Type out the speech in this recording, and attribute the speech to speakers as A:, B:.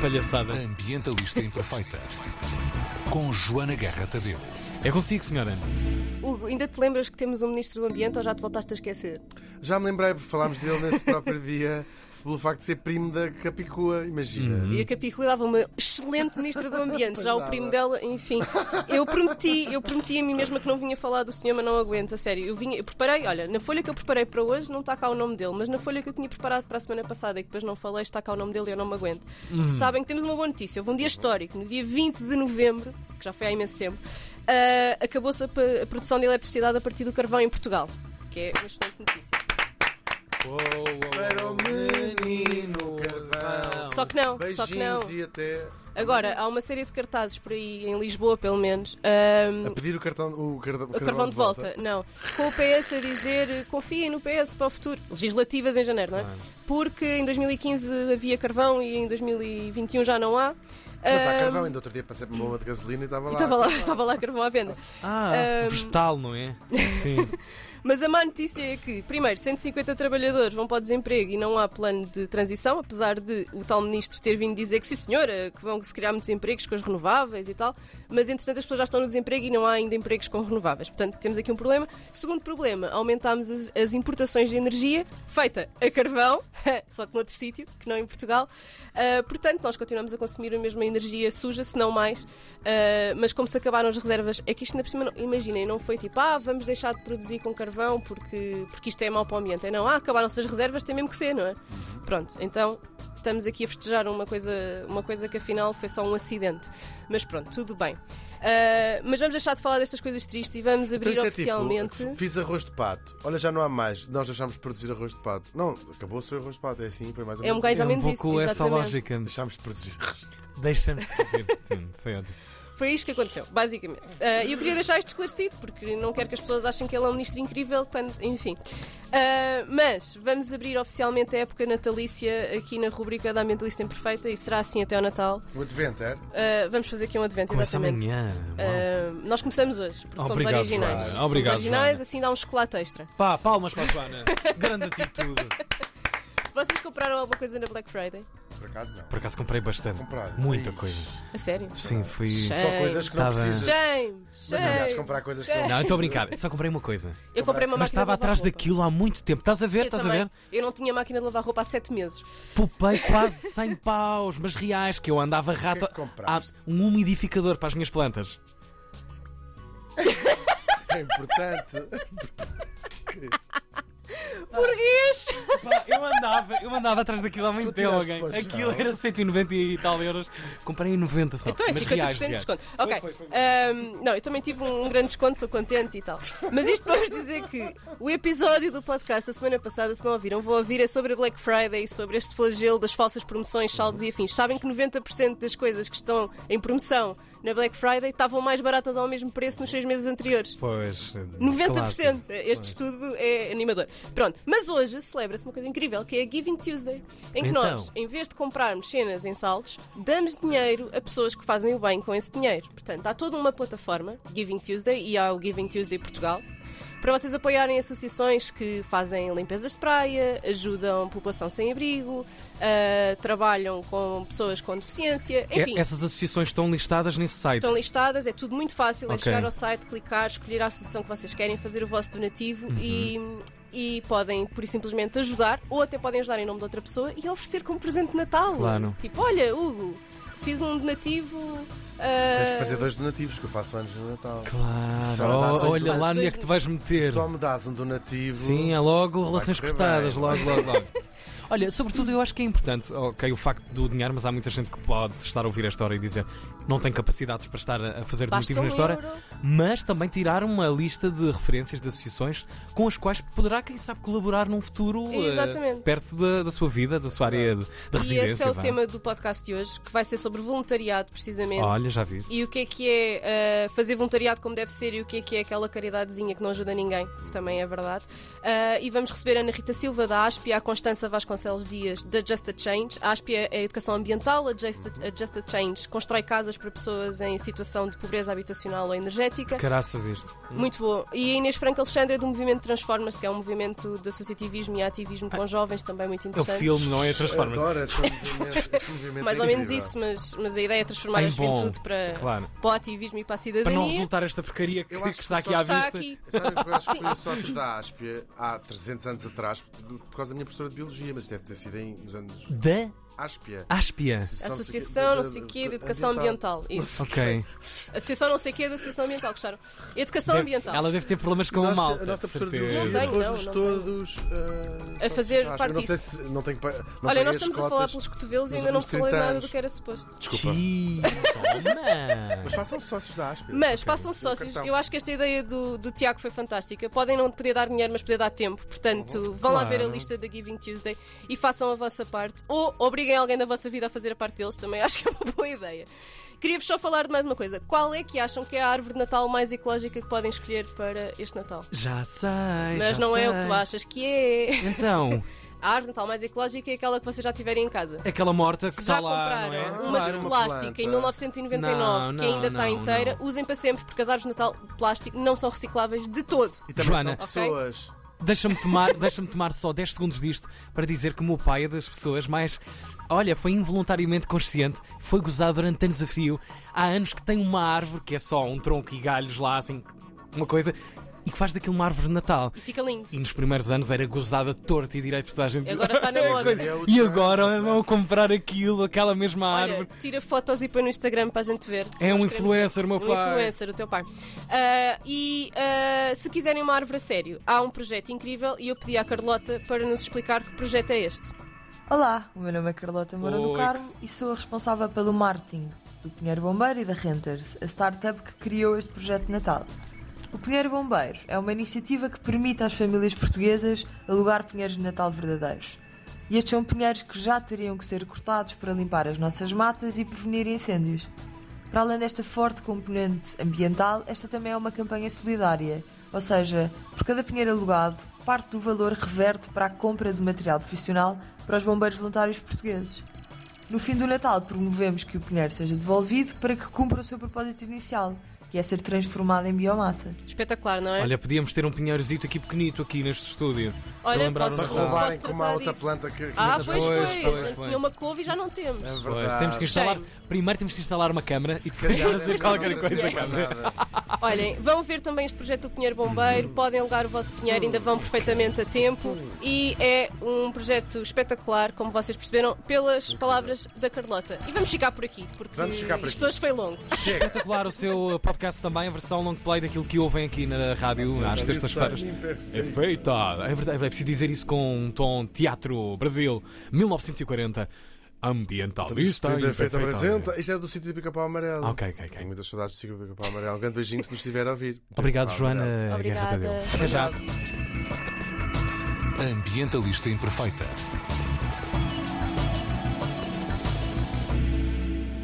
A: palhaçada.
B: Ambientalista Imperfeita. Com Joana Guerra Tadeu.
A: É consigo, senhora.
C: Hugo, ainda te lembras que temos um Ministro do Ambiente ou já te voltaste a esquecer?
D: Já me lembrei, porque falámos dele nesse próprio dia, pelo facto de ser primo da Capicua, imagina.
C: E a Capicua dava uma excelente Ministra do Ambiente,
D: Pois
C: já o
D: dava.
C: primo dela, enfim. Eu prometi, eu prometi a mim mesma que não vinha falar do senhor, mas não aguento, a sério. Eu, vinha, eu preparei, olha, na folha que eu preparei para hoje não está cá o nome dele, mas na folha que eu tinha preparado para a semana passada e que depois não falei, está cá o nome dele e eu não me aguento. Sabem que temos uma boa notícia, houve um
D: Uhum.
C: dia histórico, no dia 20 de novembro, que já foi há imenso tempo, ah, acabou-se a, pa- a produção de eletricidade a partir do carvão em Portugal, que é uma excelente notícia.
D: Para o menino carvão.
A: Então,
C: Só que não,
A: Uhum.
D: Beijinhos
C: só que não.
D: e até
C: Agora, há uma série de cartazes por aí, em Lisboa pelo menos, ahm,
D: a pedir o cartão, o cartão,
C: o carvão de volta. não. Com o PS a dizer confiem no PS para o futuro. Legislativas em janeiro, não é? Porque em 2015 havia carvão e em 2021 já não há.
D: Mas há
C: Ahm,
D: carvão, ainda outro dia passei por uma bomba de gasolina e estava
C: e
D: lá. Então,
C: Estava lá, estava lá carvão à venda.
A: Ah, vegetal, não é? Sim.
C: Mas a má notícia é que, primeiro, 150 trabalhadores vão para o desemprego e não há plano de transição, apesar de o tal ministro ter vindo dizer que sim senhora, que vão se criar muitos empregos com as renováveis e tal, mas entretanto as pessoas já estão no desemprego e não há ainda empregos com renováveis. Portanto, temos aqui um problema. Segundo problema, aumentámos as, as importações de energia feita a carvão, só que noutro sítio, que não em Portugal. Ah, portanto, nós continuamos a consumir a mesma energia suja, se não mais, Ah, mas como se acabaram as reservas, é que isto na por cima, não- imaginem, não foi tipo, ah, vamos deixar de produzir com carvão porque, porque isto é mau para o ambiente. É não, ah, acabaram-se as reservas, tem mesmo que ser, não é?
D: Uhum.
C: Pronto, então estamos aqui a festejar uma coisa, uma coisa que afinal foi só um acidente. Mas pronto, tudo bem. Ah, mas vamos deixar de falar destas coisas tristes e vamos abrir
D: Então, isso é
C: oficialmente.
D: tipo, fiz arroz de pato. Olha, já não há mais. Nós deixámos de produzir arroz de pato. Não, acabou-se o arroz de pato. É assim, foi mais ou
C: É um
D: menos.
C: Mais
A: é
C: ou
A: um
C: menos
A: pouco
C: isso,
A: essa
C: exatamente.
A: lógica.
D: Deixámos de produzir arroz de pato.
A: Deixa-me dizer. Sim, Foi ótimo.
C: Foi isto que aconteceu, basicamente. Ah, eu queria deixar isto esclarecido, porque não quero que as pessoas achem que ele é um ministro incrível, quando, enfim. Ah, mas vamos abrir oficialmente a época natalícia aqui na rubrica da Ambientalista Imperfeita e será assim até ao Natal.
D: O advento, é?
C: Ah, vamos fazer aqui um advento,
A: Começa
C: exatamente.
A: amanhã. Uau.
C: Ah, nós começamos hoje, porque
A: Obrigado,
C: somos originais.
A: Joana.
C: Somos
A: Obrigado,
C: originais,
A: Joana.
C: assim dá um chocolate extra.
A: Pá, palmas para a Joana. Grande atitude.
C: Vocês compraram alguma coisa na Black Friday?
D: Por acaso não.
A: Por acaso comprei bastante.
D: Comprar.
A: Muita
D: Ixi.
A: coisa.
C: A sério?
A: Sim, fui.
C: Cheio.
D: Só coisas que não
A: Tá bem.
D: precisas.
C: Shame!
D: Mas aliás,
C: Shame!
D: comprar coisas que não
C: Shame.
A: Não, eu estou a brincar. Só comprei uma coisa.
C: Eu comprei uma máquina
A: Mas
C: de
A: estava
C: lavar
A: atrás
C: roupa.
A: daquilo há muito tempo. Estás a ver?
C: Eu
A: Estás a
C: também.
A: ver?
C: Eu não tinha máquina de lavar roupa há sete meses.
A: Poupei quase 100 paus, mas reais, que eu andava rato.
D: que compraste?
A: Ah, um umidificador para as minhas plantas.
D: É importante.
C: Por isso!
A: Pá, eu andava, eu andava atrás daquilo há muito
D: Tu
A: tempo,
D: tiraste
A: alguém.
D: pela
A: Aquilo
D: chave.
A: era 190 e tal euros. Comprei em 90 só.
C: Então é
A: mas
C: 50%
A: reais,
C: de
A: reais.
C: desconto. Ok.
A: Foi, foi, foi.
C: Ahm, não, eu também tive um, um grande desconto, estou contente e tal. Mas isto para vos dizer que o episódio do podcast da semana passada, se não ouviram, vou ouvir, é sobre a Black Friday, sobre este flagelo das falsas promoções, saldos e afins. Sabem que 90% das coisas que estão em promoção na Black Friday estavam mais baratas ao mesmo preço nos seis meses anteriores.
A: Pois.
C: 90%.
A: clássico.
C: Este estudo é animador. Pronto, mas hoje celebra-se uma coisa incrível que é a Giving Tuesday, em que
A: Então.
C: nós, em vez de comprarmos cenas em saltos, damos dinheiro a pessoas que fazem o bem com esse dinheiro. Portanto, há toda uma plataforma, Giving Tuesday, e há o Giving Tuesday Portugal. Para vocês apoiarem associações que fazem limpezas de praia, ajudam população sem abrigo, ah, trabalham com pessoas com deficiência,
A: É-
C: enfim.
A: essas associações estão listadas nesse site.
C: Estão listadas, é tudo muito fácil. É
A: Ok.
C: chegar ao site, clicar, escolher a associação que vocês querem, fazer o vosso donativo e, e podem, por simplesmente, ajudar ou até podem ajudar em nome de outra pessoa e oferecer como presente de Natal.
A: Claro.
C: Tipo, olha, Hugo, fiz um donativo. ah,
D: Tens que fazer dois donativos, que eu faço anos no Natal. Só
A: Claro.
D: dá
A: Oh,
D: dois-
A: olha lá
C: dois-
A: onde é que te vais
D: Se
A: meter.
D: só me dás um donativo.
A: Sim, é logo relações
D: correr
A: cortadas,
D: bem.
A: logo, logo, logo. Olha, sobretudo eu acho que é importante, ok, o facto do dinheiro, mas há muita gente que pode estar a ouvir esta hora e dizer não tem capacidades para estar a a fazer
C: Basta
A: donativo
C: um
A: nesta hora,
C: euro.
A: mas também tirar uma lista de referências de associações com as quais poderá, quem sabe, colaborar num futuro eh,
C: Exatamente.
A: perto da, da sua vida, da sua área de, de
C: E
A: residência.
C: esse é o
A: vá.
C: tema do podcast de hoje, que vai ser sobre voluntariado, precisamente.
A: Olha, já viste.
C: E o que é que é uh, fazer voluntariado como deve ser e o que é que é aquela Eh, caridadezinha que não ajuda ninguém, que também é verdade. Uh, e vamos receber a Ana Rita Silva da ASP e a Constança Vasconcelos. Vasconcelos Dias, da Just a Change. A ASPI é a educação ambiental, a Just a, a Just a Change constrói casas para pessoas em situação de pobreza habitacional ou energética.
A: Caraças isto.
C: Muito bom. E a Inês Franco Alexandre é do movimento Transformas, que é um movimento de associativismo e ativismo com jovens, também
A: Ah, É
C: muito
A: o
C: interessante.
A: filme, não é? Transforma.
D: Eu adoro esse movimento. esse movimento
C: Mais
D: é
C: ou menos
D: incrível.
C: isso, mas, mas a ideia é transformar
A: Em
C: a
A: bom,
C: juventude para,
A: claro.
C: para o ativismo e para a
A: Para não
C: cidadania.
A: resultar esta porcaria que,
D: Eu acho
A: que está
D: que
A: aqui
D: só
A: à
C: Está
A: vista.
C: aqui.
D: Sabes que eu acho que fui um sócio da Áspia há 300 anos atrás por por causa da minha professora de Biologia, mas deve ter sido em, nos anos
A: Da
D: Áspia.
A: Áspia.
C: Associação, não sei o quê, de Educação Ambiental. Isso.
A: Ok.
C: Associação não sei o quê, de Educação Ambiental, gostaram? Educação
A: Deve-
C: Ambiental.
A: Ela deve ter problemas com
D: Nós-
A: o É um mal.
D: a nossa professora de
C: Não
D: biologia
C: tenho, não,
D: pôs-nos
C: não
D: todos ah,
C: A
D: sócios
C: fazer
D: da Áspia.
C: parte
D: Eu não sei
C: disso.
D: se não tenho pa- não
C: Olha,
D: paguei
C: nós
D: as
C: estamos a
D: cotas.
C: falar pelos cotovelos e
D: nos
C: ainda não
D: últimos 30
C: falei nada
D: anos.
C: do que era suposto.
D: Desculpa. Mas
A: Toma!
D: façam sócios da Áspia.
C: Mas façam se
D: Um
C: sócios.
D: cartão.
C: Eu acho que esta ideia do, do Tiago foi fantástica. Podem não poder dar dinheiro, mas poder dar tempo. Portanto, vão lá
A: Claro.
C: ver a lista da Giving Tuesday e façam a vossa parte. Ou obriguem alguém da vossa vida a fazer a parte deles também. Acho que é uma boa ideia. Queria-vos só falar de mais uma coisa. Qual é que acham que é a árvore de Natal mais ecológica que podem escolher para este Natal?
A: Já sei.
C: Mas
A: já
C: não é
A: sei.
C: o que tu achas que é.
A: Então,
C: A árvore de Natal mais ecológica é aquela que vocês já tiverem em casa.
A: aquela morta que
C: Se
A: está
C: já
A: lá,
C: compraram
A: não é?
C: uma
A: Claro.
C: de
D: Uma
C: plástica em
D: planta.
C: 1999
A: Não,
C: que ainda
A: não,
C: está
A: não,
C: inteira,
A: não.
C: usem para sempre, porque as árvores de Natal de plástico não são recicláveis de todo.
D: E também
A: Joana.
D: são pessoas.
A: Deixa-me tomar, deixa tomar só 10 segundos disto para dizer que o meu pai é das pessoas mais. Olha, foi involuntariamente consciente, foi gozado durante anos a fio. Há anos que tem uma árvore que é só um tronco e galhos lá, assim, uma coisa, e que faz daquilo uma árvore de Natal.
C: E fica lindo.
A: E nos primeiros anos era gozada torta e direito por toda a gente.
C: Agora está na moda.
D: É outra-
A: E agora vão comprar aquilo, aquela mesma
C: Olha,
A: árvore.
C: tira fotos e põe no Instagram para a gente
A: É um
C: ver. Nós queremos
A: influencer,
C: ver.
A: meu
C: Um
A: pai.
C: influencer, o teu pai. Ah, e ah, se quiserem uma árvore a sério, há um projeto incrível e eu pedi à Carlota para nos explicar que projeto é este.
E: Olá, o meu nome é Carlota Moura do
A: Oi,
E: Carmo e sou a responsável pelo marketing do Pinheiro Bombeiro e da Renters, a startup que criou este projeto de Natal. O Pinheiro Bombeiro é uma iniciativa que permite às famílias portuguesas alugar pinheiros de Natal verdadeiros. E estes são pinheiros que já teriam que ser cortados para limpar as nossas matas e prevenir incêndios. Para além desta forte componente ambiental, esta também é uma campanha solidária, ou seja, por cada pinheiro alugado, parte do valor reverte para a compra de material profissional para os bombeiros voluntários portugueses. No fim do Natal, promovemos que o pinheiro seja devolvido para que cumpra o seu propósito inicial, que é ser transformado em biomassa.
C: Espetacular, não é?
A: Olha, podíamos ter um pinheirozito aqui pequenito aqui neste estúdio.
C: Olha,
A: Não lembraram
C: posso-
A: de
D: Para
A: nada.
D: roubarem
C: Posso
D: com uma
C: tratar
D: outra
C: disso?
D: planta que. que
C: Ah,
D: não-
A: Pois,
C: pois foi.
A: pois,
C: A gente
A: foi.
C: tinha uma couve e já não temos.
D: É
A: Pois,
D: verdade.
A: temos que instalar.
C: Shame.
A: Primeiro temos que instalar uma câmara e
D: Se
A: depois
D: calhar
A: fazer
D: deve
A: qualquer
D: ser
A: coisa. é
D: assim,
A: cá.
D: mais nada.
C: Olhem, vão ver também este projeto do Pinheiro Bombeiro, podem alugar o vosso Pinheiro, ainda vão perfeitamente a tempo e é um projeto espetacular, como vocês perceberam, pelas palavras da Carlota. E vamos chegar por aqui, porque
D: Vamos chegar por
C: isto
D: aqui.
C: hoje foi longo.
D: Chega.
A: Espetacular o seu podcast também, a versão long play daquilo que ouvem aqui na rádio às terças-feiras. É feita! É verdade, é preciso dizer isso com um tom teatro Brasil 1940 ambientalista.
D: Isto é feita
A: imperfeita.
D: apresenta. Isto é do sítio do Pica-Pau Amarelo.
A: Ok, ok, ok.
D: Tenho muitas saudades do sítio do Pica-Pau Amarelo. Um grande beijinho se nos estiver a ouvir.
A: Obrigado,
D: Pica-Pau Amarelo.
A: Joana Guerra
C: Obrigada.
A: Tadeu. Até já.
B: Ambientalista Imperfeita.